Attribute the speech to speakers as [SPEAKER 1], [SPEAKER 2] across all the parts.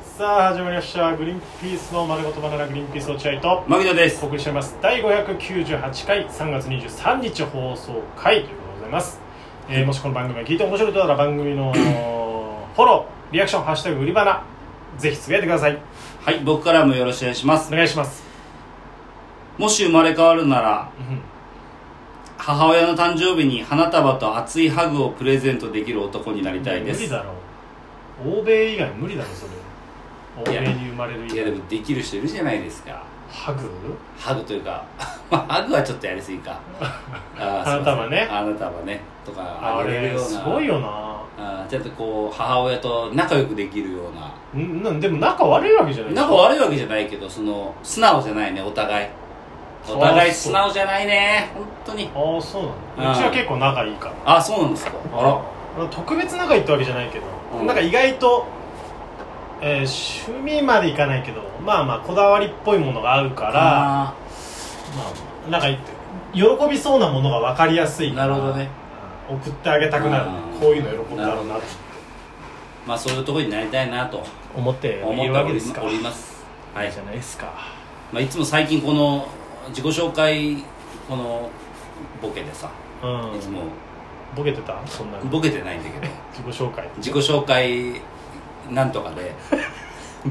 [SPEAKER 1] さあ始まりましたグリーンピースの丸ごとバナナグリーンピース落合と
[SPEAKER 2] 牧野です
[SPEAKER 1] お送りしております第598回3月23日放送回ということでございます、えーもしこの番組が聞いて面白いとなら番組のあのフォローリアクション「ハッシュタグ売りバナ」ぜひつぶやいてください
[SPEAKER 2] はい僕からもよろしくお願いしま
[SPEAKER 1] お
[SPEAKER 2] す
[SPEAKER 1] 願いします、
[SPEAKER 2] もし生まれ変わるなら
[SPEAKER 1] うん
[SPEAKER 2] 母親の誕生日に花束と熱いハグをプレゼントできる男になりたいで
[SPEAKER 1] 無
[SPEAKER 2] す
[SPEAKER 1] 理
[SPEAKER 2] い
[SPEAKER 1] だろう欧米以外無理だろそれ欧
[SPEAKER 2] いや
[SPEAKER 1] 米に生まれる以
[SPEAKER 2] やで
[SPEAKER 1] 外
[SPEAKER 2] もできる人いるじゃないですか
[SPEAKER 1] ハグ
[SPEAKER 2] ハグというか まあハグはちょっとやりすぎ かあー
[SPEAKER 1] 花束ね
[SPEAKER 2] すいません花束ねとか
[SPEAKER 1] あ
[SPEAKER 2] あげれる
[SPEAKER 1] れ
[SPEAKER 2] ような
[SPEAKER 1] すごいよな
[SPEAKER 2] あーちょっとこう母親と仲良くできるようなん
[SPEAKER 1] なんでも仲悪いわけじゃない
[SPEAKER 2] 仲悪いわけじゃないけどその素直じゃないねお互いお互い素直じゃないね本当に
[SPEAKER 1] ああそうな
[SPEAKER 2] う
[SPEAKER 1] の
[SPEAKER 2] ん
[SPEAKER 1] うちは結構仲いいから
[SPEAKER 2] あそうなんですかあら
[SPEAKER 1] 特別仲いいってわけじゃないけど、
[SPEAKER 2] うん
[SPEAKER 1] なんか意外と、えー趣味までいかないけどまあまあこだわりっぽいものがあるから
[SPEAKER 2] あ
[SPEAKER 1] まあなんか喜びそうなものが分かりやすいから
[SPEAKER 2] なるほどね
[SPEAKER 1] うん送ってあげたくなる
[SPEAKER 2] うん
[SPEAKER 1] こういうの喜んだろうな
[SPEAKER 2] な
[SPEAKER 1] と
[SPEAKER 2] るまあそういうところになりたいなと
[SPEAKER 1] 思って
[SPEAKER 2] 思
[SPEAKER 1] い
[SPEAKER 2] っ
[SPEAKER 1] る
[SPEAKER 2] て
[SPEAKER 1] わ
[SPEAKER 2] お
[SPEAKER 1] けで
[SPEAKER 2] り
[SPEAKER 1] すか
[SPEAKER 2] おりますはい
[SPEAKER 1] いいじゃないですか
[SPEAKER 2] まあ、いつも最近この自己紹介このボケでさ
[SPEAKER 1] うん
[SPEAKER 2] いつも
[SPEAKER 1] ボケてたそんなの
[SPEAKER 2] ボケてないんだけ ど
[SPEAKER 1] 自己紹介
[SPEAKER 2] 自己紹介なんとかで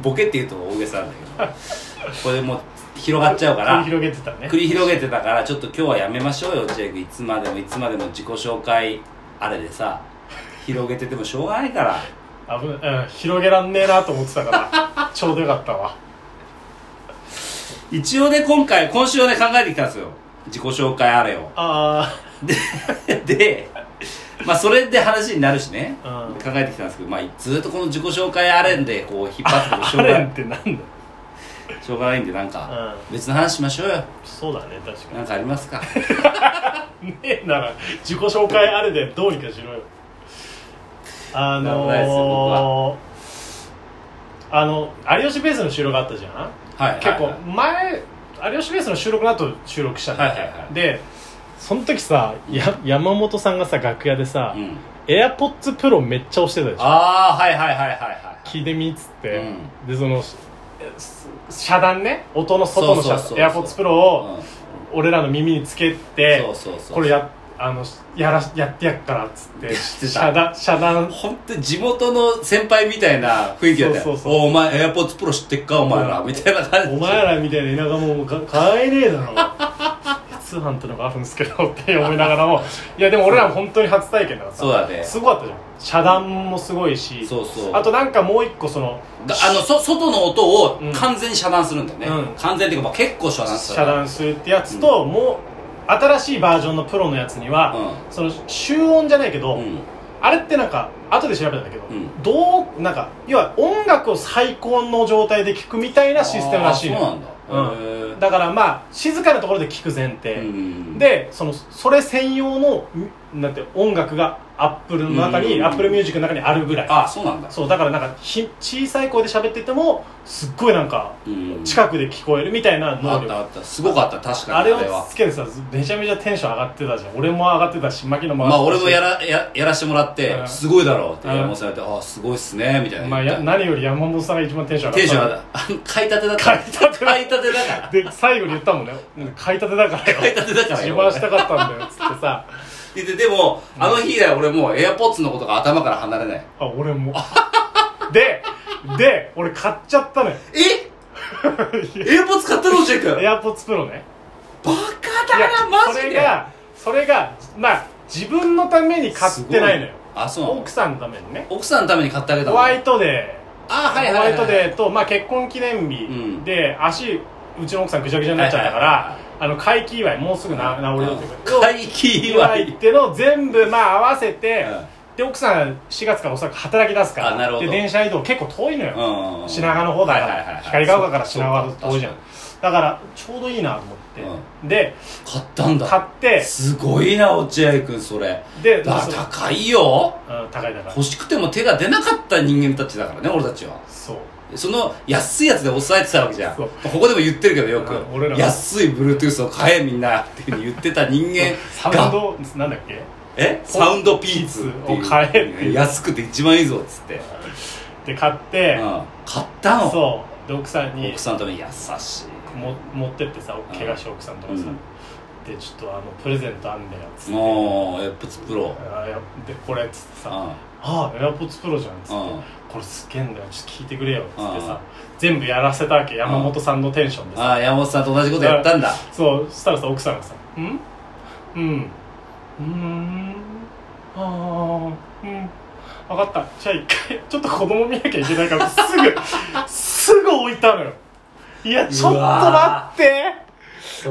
[SPEAKER 2] ボケって言うと大げさなんだけどこれもう広がっちゃうか
[SPEAKER 1] 繰り
[SPEAKER 2] ら
[SPEAKER 1] 広げてたね
[SPEAKER 2] 繰り広げてたからちょっと今日はやめましょうよ落合君いつまでもいつまでも自己紹介あれでさ広げててもしょうがないから
[SPEAKER 1] 危ない、うん、広げらんねえなと思ってたから ちょうどよかったわ
[SPEAKER 2] 一応ね今回今週はね考えてきたんですよ自己紹介あれを
[SPEAKER 1] あ
[SPEAKER 2] で、まあ、それで話になるしね、
[SPEAKER 1] うん
[SPEAKER 2] 考えてきたんですけど、まあ、ずっとこの自己紹介あれんでこう引っ張ってても
[SPEAKER 1] あ
[SPEAKER 2] しょ
[SPEAKER 1] ア
[SPEAKER 2] うが
[SPEAKER 1] レ
[SPEAKER 2] な
[SPEAKER 1] ンっ
[SPEAKER 2] い
[SPEAKER 1] てなんだよ
[SPEAKER 2] しょうがないんでなんか、
[SPEAKER 1] う
[SPEAKER 2] 別の話しましょうよ
[SPEAKER 1] そうだね確かに
[SPEAKER 2] なんかあります か
[SPEAKER 1] ねえなら自己紹介あれでどうにかしろよあ
[SPEAKER 2] なんもないですよ僕
[SPEAKER 1] のー
[SPEAKER 2] は
[SPEAKER 1] あの有吉ベースの収録があったじゃん、
[SPEAKER 2] はい
[SPEAKER 1] 結構
[SPEAKER 2] はい
[SPEAKER 1] 前有吉ベースの収録の後収録したの、
[SPEAKER 2] はいはいはい
[SPEAKER 1] でその時さや山本さんがさ楽屋でさ、
[SPEAKER 2] はいうん、
[SPEAKER 1] エアポッツプロめっちゃ押してたでしょ
[SPEAKER 2] ああはいはいはいはいはい
[SPEAKER 1] 聞いてみっつって、
[SPEAKER 2] う
[SPEAKER 1] でそのえす遮断ね音の外の遮
[SPEAKER 2] そうそうそうそう
[SPEAKER 1] エアポッツプロを
[SPEAKER 2] うん
[SPEAKER 1] 俺らの耳につけて、
[SPEAKER 2] そうそうそう
[SPEAKER 1] これやあのやらやってやっからっつって
[SPEAKER 2] 知ってた
[SPEAKER 1] 遮断遮断
[SPEAKER 2] 本当に地元の先輩みたいな雰囲気だったよ
[SPEAKER 1] そうそうそう
[SPEAKER 2] おお前エアポッツプロ知ってっかお前らみたいな感じ
[SPEAKER 1] お前らみたいな田舎もんか買えねえだろ 通販ってのがあるんですけどって思いながらもいやでも俺らも本当に初体験だからさ
[SPEAKER 2] そうだね
[SPEAKER 1] すごかったじゃん遮断もすごいし
[SPEAKER 2] そうそう
[SPEAKER 1] あとなんかもう一個その
[SPEAKER 2] だあのそ外の音を完全に遮断するんだよね、
[SPEAKER 1] うん
[SPEAKER 2] 完全っていうか、まあ、結構遮断する
[SPEAKER 1] 遮断するってやつと、もう新しいバージョンのプロのやつには、その集音じゃないけど、
[SPEAKER 2] うん
[SPEAKER 1] あれってなんか後で調べたんだけど、
[SPEAKER 2] うん
[SPEAKER 1] どうなんか要は音楽を最高の状態で聴くみたいなシステムらしい
[SPEAKER 2] あーそうな
[SPEAKER 1] の
[SPEAKER 2] んだ
[SPEAKER 1] う
[SPEAKER 2] へー
[SPEAKER 1] だからまあ静かなところで聴く前提、
[SPEAKER 2] うん
[SPEAKER 1] でそのそれ専用のんなんて音楽がアップルの中
[SPEAKER 2] うんうん
[SPEAKER 1] に
[SPEAKER 2] うん
[SPEAKER 1] アップルミュージックの中にあるぐらい
[SPEAKER 2] あーそうなんだ
[SPEAKER 1] そうだからなんかひ小さい声で喋っててもすっごいなんか
[SPEAKER 2] うん
[SPEAKER 1] 近くで聞こえるみたいな
[SPEAKER 2] あ
[SPEAKER 1] 能
[SPEAKER 2] っ
[SPEAKER 1] 力
[SPEAKER 2] たあったすごかった確かに
[SPEAKER 1] あれを
[SPEAKER 2] は
[SPEAKER 1] つけてさめちゃめちゃテンション上がってたじゃん俺も上がってたし牧野も上
[SPEAKER 2] ま
[SPEAKER 1] が
[SPEAKER 2] あ
[SPEAKER 1] って
[SPEAKER 2] 俺
[SPEAKER 1] たし
[SPEAKER 2] もやらややらしてもらって、
[SPEAKER 1] うん
[SPEAKER 2] すごいだろうって
[SPEAKER 1] うん
[SPEAKER 2] 山本さん言われて、ああすごいっすねみたいな、
[SPEAKER 1] まあ、や何より山本さんが一番テンション上が
[SPEAKER 2] テ
[SPEAKER 1] っ
[SPEAKER 2] ン
[SPEAKER 1] た
[SPEAKER 2] ション上がったあの買いたてだった
[SPEAKER 1] 買いたてだ
[SPEAKER 2] 買いたてだから
[SPEAKER 1] で最後に言ったもんね買いたてだからよ
[SPEAKER 2] 買いたてだから
[SPEAKER 1] 自
[SPEAKER 2] よ
[SPEAKER 1] 慢したかったんだよつってさ
[SPEAKER 2] でででもあの日以来俺もうエアポッツのことが頭から離れない
[SPEAKER 1] あ俺もでで俺買っちゃったのよ
[SPEAKER 2] えエアポッツ買ったのジェイ君
[SPEAKER 1] エアポッツプロね
[SPEAKER 2] バカだなマ
[SPEAKER 1] そ
[SPEAKER 2] ジで
[SPEAKER 1] れがそれがまあ自分のために買ってないのよ
[SPEAKER 2] すごあそうなの
[SPEAKER 1] 奥さんのためにね
[SPEAKER 2] 奥さんのために買ってあげた
[SPEAKER 1] ホ
[SPEAKER 2] の
[SPEAKER 1] ワイトデ
[SPEAKER 2] あ
[SPEAKER 1] ー、
[SPEAKER 2] はいはい、はい、
[SPEAKER 1] ホワイトデーと、まあ、結婚記念日
[SPEAKER 2] うん
[SPEAKER 1] で、足うちの奥さんぐちゃぐちゃになっちゃったから、
[SPEAKER 2] はいはいはい
[SPEAKER 1] あの回帰祝いもうすぐな治りよっていうか
[SPEAKER 2] 会期祝
[SPEAKER 1] っ
[SPEAKER 2] い
[SPEAKER 1] ての全部まあ合わせて、
[SPEAKER 2] うん
[SPEAKER 1] で奥さん4月からおそらく働き出すから
[SPEAKER 2] あなるほど
[SPEAKER 1] で電車移動結構遠いのよ、
[SPEAKER 2] うんうん
[SPEAKER 1] 品川の方だから、
[SPEAKER 2] はいはいはいはい
[SPEAKER 1] 光が丘から品川
[SPEAKER 2] そうか
[SPEAKER 1] 遠いじゃんだからちょうどいいなと思って、で
[SPEAKER 2] 買ったんだ
[SPEAKER 1] 買って
[SPEAKER 2] すごいな落合君それ
[SPEAKER 1] で
[SPEAKER 2] だ
[SPEAKER 1] そう
[SPEAKER 2] 高いよ
[SPEAKER 1] うん、高い高い
[SPEAKER 2] 欲しくても手が出なかった人間たちだからね俺たちは
[SPEAKER 1] そう
[SPEAKER 2] その安いやつで抑えてたわけじゃん
[SPEAKER 1] そう
[SPEAKER 2] ここでも言ってるけどよく
[SPEAKER 1] うん俺らは
[SPEAKER 2] 安い Bluetooth を買えみんなっていうふうに言ってた 人間
[SPEAKER 1] サ
[SPEAKER 2] が
[SPEAKER 1] ウンドなんだっけ
[SPEAKER 2] えサウンドピーツっていう
[SPEAKER 1] を買えっていう
[SPEAKER 2] 安くて一番いいぞっつって
[SPEAKER 1] って買って、
[SPEAKER 2] 買ったの
[SPEAKER 1] そうで奥さんに
[SPEAKER 2] 奥さんのために優しい
[SPEAKER 1] も持ってってさ怪我した奥さんとかさ、でちょっとあのプレゼントあんだよっつって
[SPEAKER 2] もうエアプツプロ
[SPEAKER 1] あやでこれっつって
[SPEAKER 2] う
[SPEAKER 1] さ
[SPEAKER 2] ん
[SPEAKER 1] 「ああエアポッツプロじゃん」っつって
[SPEAKER 2] うん
[SPEAKER 1] 「これすっげえんだよちょっと聞いてくれよ」っつって
[SPEAKER 2] うん
[SPEAKER 1] さ全部やらせたわけ山本さんのテンションで
[SPEAKER 2] あ
[SPEAKER 1] さ
[SPEAKER 2] あ山本さんと同じことやったんだ
[SPEAKER 1] そうそしたらさ奥さんがさ「んうんうーんああうん分かったじゃあ一回ちょっと子供見なきゃいけないからす ぐすぐ置いたのよいやちょっと待って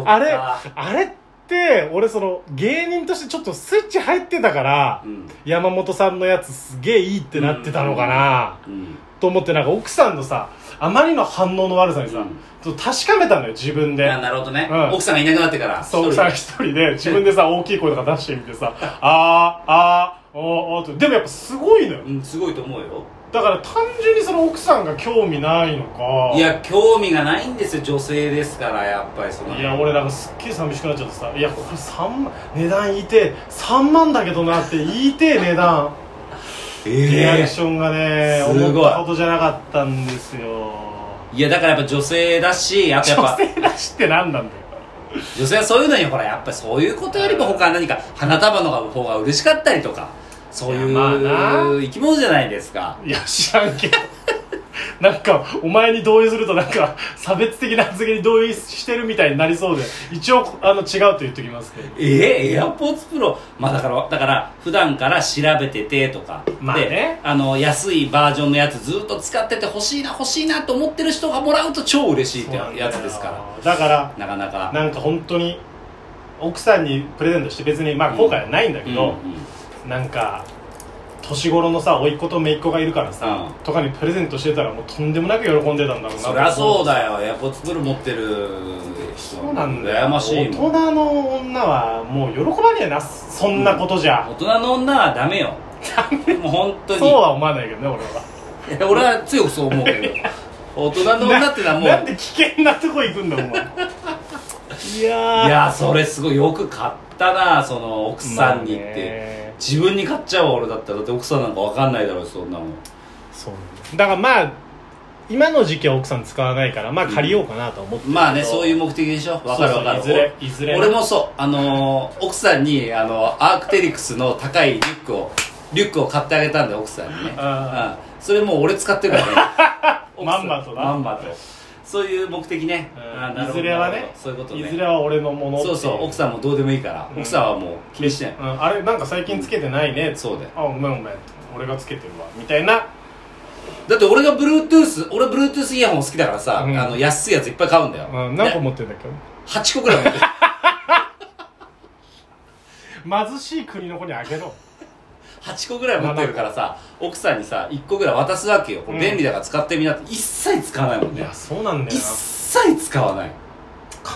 [SPEAKER 1] あれあれって俺その芸人としてちょっとスイッチ入ってたから、
[SPEAKER 2] うん
[SPEAKER 1] 山本さんのやつすげえいいってなってたのかな、
[SPEAKER 2] うん
[SPEAKER 1] と思ってなんか奥さんのさあまりの反応の悪さにさ、
[SPEAKER 2] うん
[SPEAKER 1] ちょっと確かめたのよ自分で
[SPEAKER 2] あなるほどね
[SPEAKER 1] うん
[SPEAKER 2] 奥さんがいなくなってから
[SPEAKER 1] そう奥さん一人で自分でさ大きい声とか出してみてさ「あーあーおーおー」ってでもやっぱすごいのよ
[SPEAKER 2] うんすごいと思うよ
[SPEAKER 1] だから単純にその奥さんが興味ないのか
[SPEAKER 2] いや興味がないんですよ女性ですからやっぱりその
[SPEAKER 1] いや俺なんかすっげえ寂しくなっちゃってさ「いやこれ3万値段言いてえ3万だけどな」って言いてえ値段リア
[SPEAKER 2] え
[SPEAKER 1] クションがね、
[SPEAKER 2] すごい
[SPEAKER 1] 思ったほどじゃなかったんですよ
[SPEAKER 2] いやだからやっぱ女性だしあとやっ
[SPEAKER 1] 女
[SPEAKER 2] ぱ
[SPEAKER 1] 性らしって何なんだよ
[SPEAKER 2] 女性はそういうのにほらやっぱりそういうことよりも他何か花束の方が嬉しかったりとかそうい
[SPEAKER 1] いやまあな
[SPEAKER 2] う生き物じゃないですか
[SPEAKER 1] いや知らんけどなんかお前に同意するとなんか差別的な発言に同意してるみたいになりそうで一応あの違うと言っときますけど
[SPEAKER 2] ええエアポーツプロまあだからだから普段から調べててとか、
[SPEAKER 1] まあね
[SPEAKER 2] であの安いバージョンのやつずっと使ってて欲しいな欲しいなと思ってる人がもらうと超嬉しいってやつですから
[SPEAKER 1] だから
[SPEAKER 2] なかなか
[SPEAKER 1] なんか本当に奥さんにプレゼントして別にまあ後悔はないんだけ
[SPEAKER 2] うん
[SPEAKER 1] ど、
[SPEAKER 2] うん
[SPEAKER 1] なんか年頃のさ甥っ子と姪っ子がいるからさ、
[SPEAKER 2] う
[SPEAKER 1] とかにプレゼントしてたらもうとんでもなく喜んでたんだろうな
[SPEAKER 2] そりゃそうだよエアポーツプロ持ってる人
[SPEAKER 1] そうなんだよ
[SPEAKER 2] 羨ましいも
[SPEAKER 1] 大
[SPEAKER 2] ん
[SPEAKER 1] 人の女はもう喜ばねえなそんなことじゃ、
[SPEAKER 2] 大人の女はダメ よもう本当に
[SPEAKER 1] そうは思わないけどね俺はい
[SPEAKER 2] や俺は強くそう思うけど大人の女ってのはもう
[SPEAKER 1] なんで危険なとこ行くんだお前いやー
[SPEAKER 2] いやそれすごいよく買ったなその奥さんにって、
[SPEAKER 1] まあね
[SPEAKER 2] 自分に買っちゃうわ俺だったらだって奥さんなんかわかんないだろうしそんなもん
[SPEAKER 1] そうなんだよだからまあ今の時期は奥さん使わないからまあ借りようかなと思ってるけど、
[SPEAKER 2] まあねそういう目的でしょわかるわかる
[SPEAKER 1] そうそういずれいずれ
[SPEAKER 2] 俺もそうあのー奥さんにあのアークテリクスの高いリュックをリュックを買ってあげたんで奥さんにね
[SPEAKER 1] あ
[SPEAKER 2] うんそれもう俺使ってるからね奥さ
[SPEAKER 1] まんまとな
[SPEAKER 2] まんまとそういう目的ね、
[SPEAKER 1] うん
[SPEAKER 2] あー
[SPEAKER 1] い
[SPEAKER 2] なるほど
[SPEAKER 1] ずれは
[SPEAKER 2] なる
[SPEAKER 1] ね
[SPEAKER 2] ほどそういうことね
[SPEAKER 1] いずれは俺のものってい
[SPEAKER 2] そうそう奥さんもどうでもいいから、
[SPEAKER 1] うん
[SPEAKER 2] 奥さんはもう気にしてない、
[SPEAKER 1] うん、あれなんか最近つけてないね
[SPEAKER 2] そうだよ
[SPEAKER 1] あごめんごめん俺がつけてるわみたいな
[SPEAKER 2] だって俺が Bluetooth 俺 Bluetooth イヤホン好きだからさ、
[SPEAKER 1] うん
[SPEAKER 2] あの安いやついっぱい買うんだよ、
[SPEAKER 1] うん何個
[SPEAKER 2] ね
[SPEAKER 1] 持ってんだっけ
[SPEAKER 2] 8個ぐらい持ってる
[SPEAKER 1] 貧しい国の子にあげろ
[SPEAKER 2] 8個ぐらい持ってるからさ奥さんにさ1個ぐらい渡すわけよ、これ便利だから使ってみなって一切使わないもん
[SPEAKER 1] い
[SPEAKER 2] ね
[SPEAKER 1] やそうなんだよ
[SPEAKER 2] 一切使わない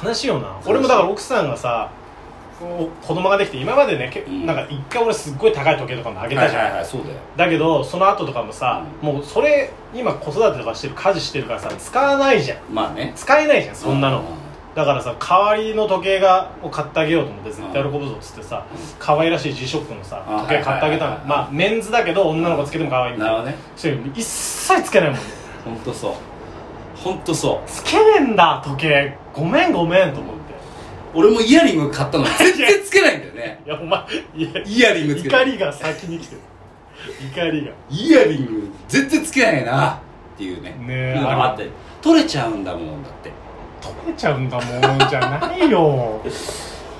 [SPEAKER 1] な悲しいよな
[SPEAKER 2] そう
[SPEAKER 1] 俺もだから奥さんがさこう子供ができて今までねけ
[SPEAKER 2] うん
[SPEAKER 1] なんか一回俺すっごい高い時計とかもあげたじゃん、
[SPEAKER 2] はいはいはいそうだよ
[SPEAKER 1] だけどその後とかもさ、もうそれ今子育てとかしてる家事してるからさ使わないじゃん
[SPEAKER 2] まあね
[SPEAKER 1] 使えないじゃんそんなの、
[SPEAKER 2] う
[SPEAKER 1] だからさ代わりの時計がを買ってあげようと思って絶対喜ぶぞっつってさ、可愛らしい G ショックのさ
[SPEAKER 2] あ
[SPEAKER 1] 時計買ってあげた
[SPEAKER 2] はいはいは
[SPEAKER 1] の
[SPEAKER 2] いはい
[SPEAKER 1] まあメンズだけど女の子つけても可愛い
[SPEAKER 2] ん
[SPEAKER 1] み
[SPEAKER 2] なる
[SPEAKER 1] たい
[SPEAKER 2] ほど
[SPEAKER 1] な
[SPEAKER 2] ね
[SPEAKER 1] そういうの一切つけないもんね
[SPEAKER 2] ほんとそうほんとそう
[SPEAKER 1] つけねえんだ時計ごめんごめんと思って
[SPEAKER 2] 俺もイヤリング買ったの全然つけないんだよね
[SPEAKER 1] いやお前 いや
[SPEAKER 2] イヤリングつけな
[SPEAKER 1] 怒
[SPEAKER 2] い
[SPEAKER 1] りが先に来てる怒りが
[SPEAKER 2] イヤリング全然つけないなっていうね
[SPEAKER 1] ねえ
[SPEAKER 2] のがあったり取れちゃうんだもんだって
[SPEAKER 1] 取れちゃうんだもんじゃない よ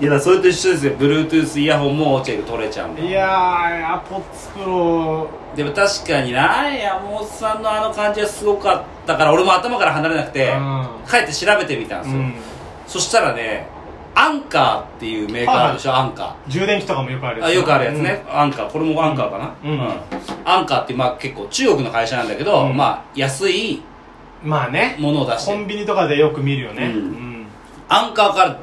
[SPEAKER 2] いやだからそれと一緒ですよ Bluetooth イヤホンもチェック取れちゃうんだ
[SPEAKER 1] いやーアポッツプロ
[SPEAKER 2] でも確かにな山本さんのあの感じはすごかったから俺も頭から離れなくて
[SPEAKER 1] うん
[SPEAKER 2] 帰って調べてみたんですよ、
[SPEAKER 1] うん
[SPEAKER 2] そしたらねアンカーっていうメーカーあるでしょ、アンカ
[SPEAKER 1] 充電器とかもよくある
[SPEAKER 2] ーあよくあるやつね、アンカーこれもアンカーかな
[SPEAKER 1] うんうん
[SPEAKER 2] アンカーってまあ結構中国の会社なんだけど、
[SPEAKER 1] うん
[SPEAKER 2] まあ安い
[SPEAKER 1] うんまあね
[SPEAKER 2] ものを出して
[SPEAKER 1] コ
[SPEAKER 2] る
[SPEAKER 1] ンビニとかでよく見るよね
[SPEAKER 2] うん
[SPEAKER 1] うん
[SPEAKER 2] アンカーから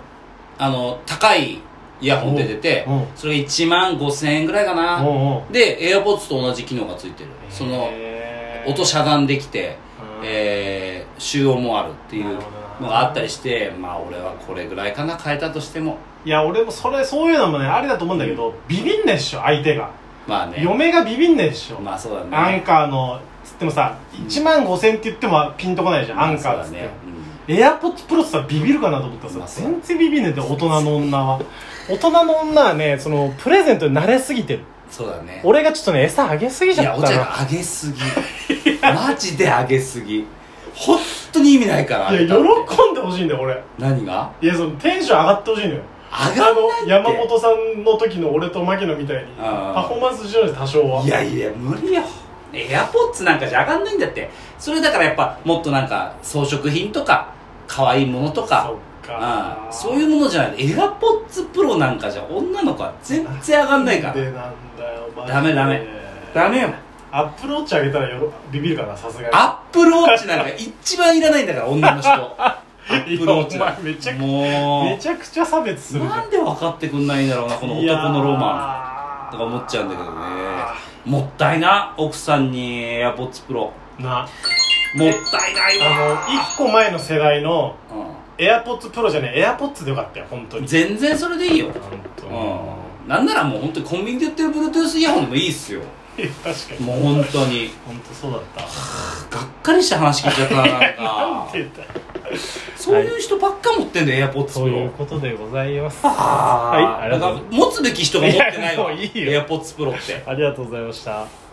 [SPEAKER 2] あの高いイヤホンで出て
[SPEAKER 1] おう
[SPEAKER 2] それが1万5000円ぐらいか
[SPEAKER 1] お
[SPEAKER 2] な
[SPEAKER 1] うおう
[SPEAKER 2] で AirPods と同じ機能がついてるその
[SPEAKER 1] へー
[SPEAKER 2] 音遮断できて、
[SPEAKER 1] うん
[SPEAKER 2] えー収音もあるっていう
[SPEAKER 1] な
[SPEAKER 2] の
[SPEAKER 1] るほどな
[SPEAKER 2] があったりしてまあ俺はこれぐらいかな変えたとしても
[SPEAKER 1] いや俺もそれそういうのもねあれだと思うんだけどビビんないっしょ相手が
[SPEAKER 2] まあね
[SPEAKER 1] 嫁がビビんないでしょ、
[SPEAKER 2] まあそうだね
[SPEAKER 1] アンカーのつってもさ
[SPEAKER 2] うん
[SPEAKER 1] 1万5000って言ってもピンとこないじゃん、
[SPEAKER 2] まあ
[SPEAKER 1] アンカーっつ
[SPEAKER 2] そ
[SPEAKER 1] っ
[SPEAKER 2] う
[SPEAKER 1] て
[SPEAKER 2] だ
[SPEAKER 1] も、
[SPEAKER 2] ね、
[SPEAKER 1] エアポッ d プロってさビビるかなと思ったらさ、
[SPEAKER 2] まあそう
[SPEAKER 1] 全然ビビんねえんだよ大人の女は大人の女はねそのプレゼントに慣れすぎてる
[SPEAKER 2] うん、そうだね
[SPEAKER 1] 俺がちょっとね餌あげすぎ
[SPEAKER 2] い
[SPEAKER 1] ちゃ
[SPEAKER 2] や
[SPEAKER 1] っ
[SPEAKER 2] お茶
[SPEAKER 1] たな
[SPEAKER 2] が上げすぎマジで上げすぎ本当に意味ないからあ
[SPEAKER 1] いや喜
[SPEAKER 2] れだって
[SPEAKER 1] んでほしいんだよ俺
[SPEAKER 2] 何が
[SPEAKER 1] いやそのテンション上がってほしいのよ
[SPEAKER 2] 上
[SPEAKER 1] あ
[SPEAKER 2] がんない
[SPEAKER 1] の山本さんの時の俺と牧野みたいに
[SPEAKER 2] あー
[SPEAKER 1] パフォーマンスしてるんです多少はい
[SPEAKER 2] やいや無理よエアポッツなんかじゃ上がんないんだってそれだからやっぱもっとなんか装飾品とか可愛いものとか
[SPEAKER 1] そっか
[SPEAKER 2] うん、そういうものじゃないエアポッツプロなんかじゃ女の子は全然上がんないから
[SPEAKER 1] でなんだよマジで
[SPEAKER 2] ダメダメダメよ
[SPEAKER 1] アップローチ上げたらよろビビるかなさすがに
[SPEAKER 2] アップルウォッチなんか一番いらないんだから女の人アップルウォッチなんか
[SPEAKER 1] いやお前めちゃく
[SPEAKER 2] も
[SPEAKER 1] めちゃくちゃ差別す
[SPEAKER 2] う
[SPEAKER 1] るじゃん
[SPEAKER 2] なんで分かってくんないんだろうなこの男のロマンとか思っちゃうんだけどねもったいな奥さんにエアポッツプロ
[SPEAKER 1] けどねな
[SPEAKER 2] もったいないわ
[SPEAKER 1] あの1個前の世代の
[SPEAKER 2] うん
[SPEAKER 1] エアポッツプロじゃねえエアポッツでよかったよ本当に
[SPEAKER 2] 全然それでいいよ
[SPEAKER 1] 本当に
[SPEAKER 2] うんなんならもう本当にコンビニで売ってる Bluetooth イヤホンでもいいっすよ
[SPEAKER 1] いや確かに
[SPEAKER 2] もう本当に
[SPEAKER 1] 本当そうだった
[SPEAKER 2] がっかりした話聞いちゃったななん
[SPEAKER 1] なん
[SPEAKER 2] か
[SPEAKER 1] て言った
[SPEAKER 2] そういう人ばっか持ってんだよ AirPods
[SPEAKER 1] そういう
[SPEAKER 2] Pro
[SPEAKER 1] ことでございます
[SPEAKER 2] あ
[SPEAKER 1] はい
[SPEAKER 2] あ
[SPEAKER 1] あり
[SPEAKER 2] だ
[SPEAKER 1] が
[SPEAKER 2] か
[SPEAKER 1] とう
[SPEAKER 2] ら持つべき人が持ってな
[SPEAKER 1] いや
[SPEAKER 2] いわ
[SPEAKER 1] もういいよ
[SPEAKER 2] AirPods Pro って
[SPEAKER 1] ありがとうございました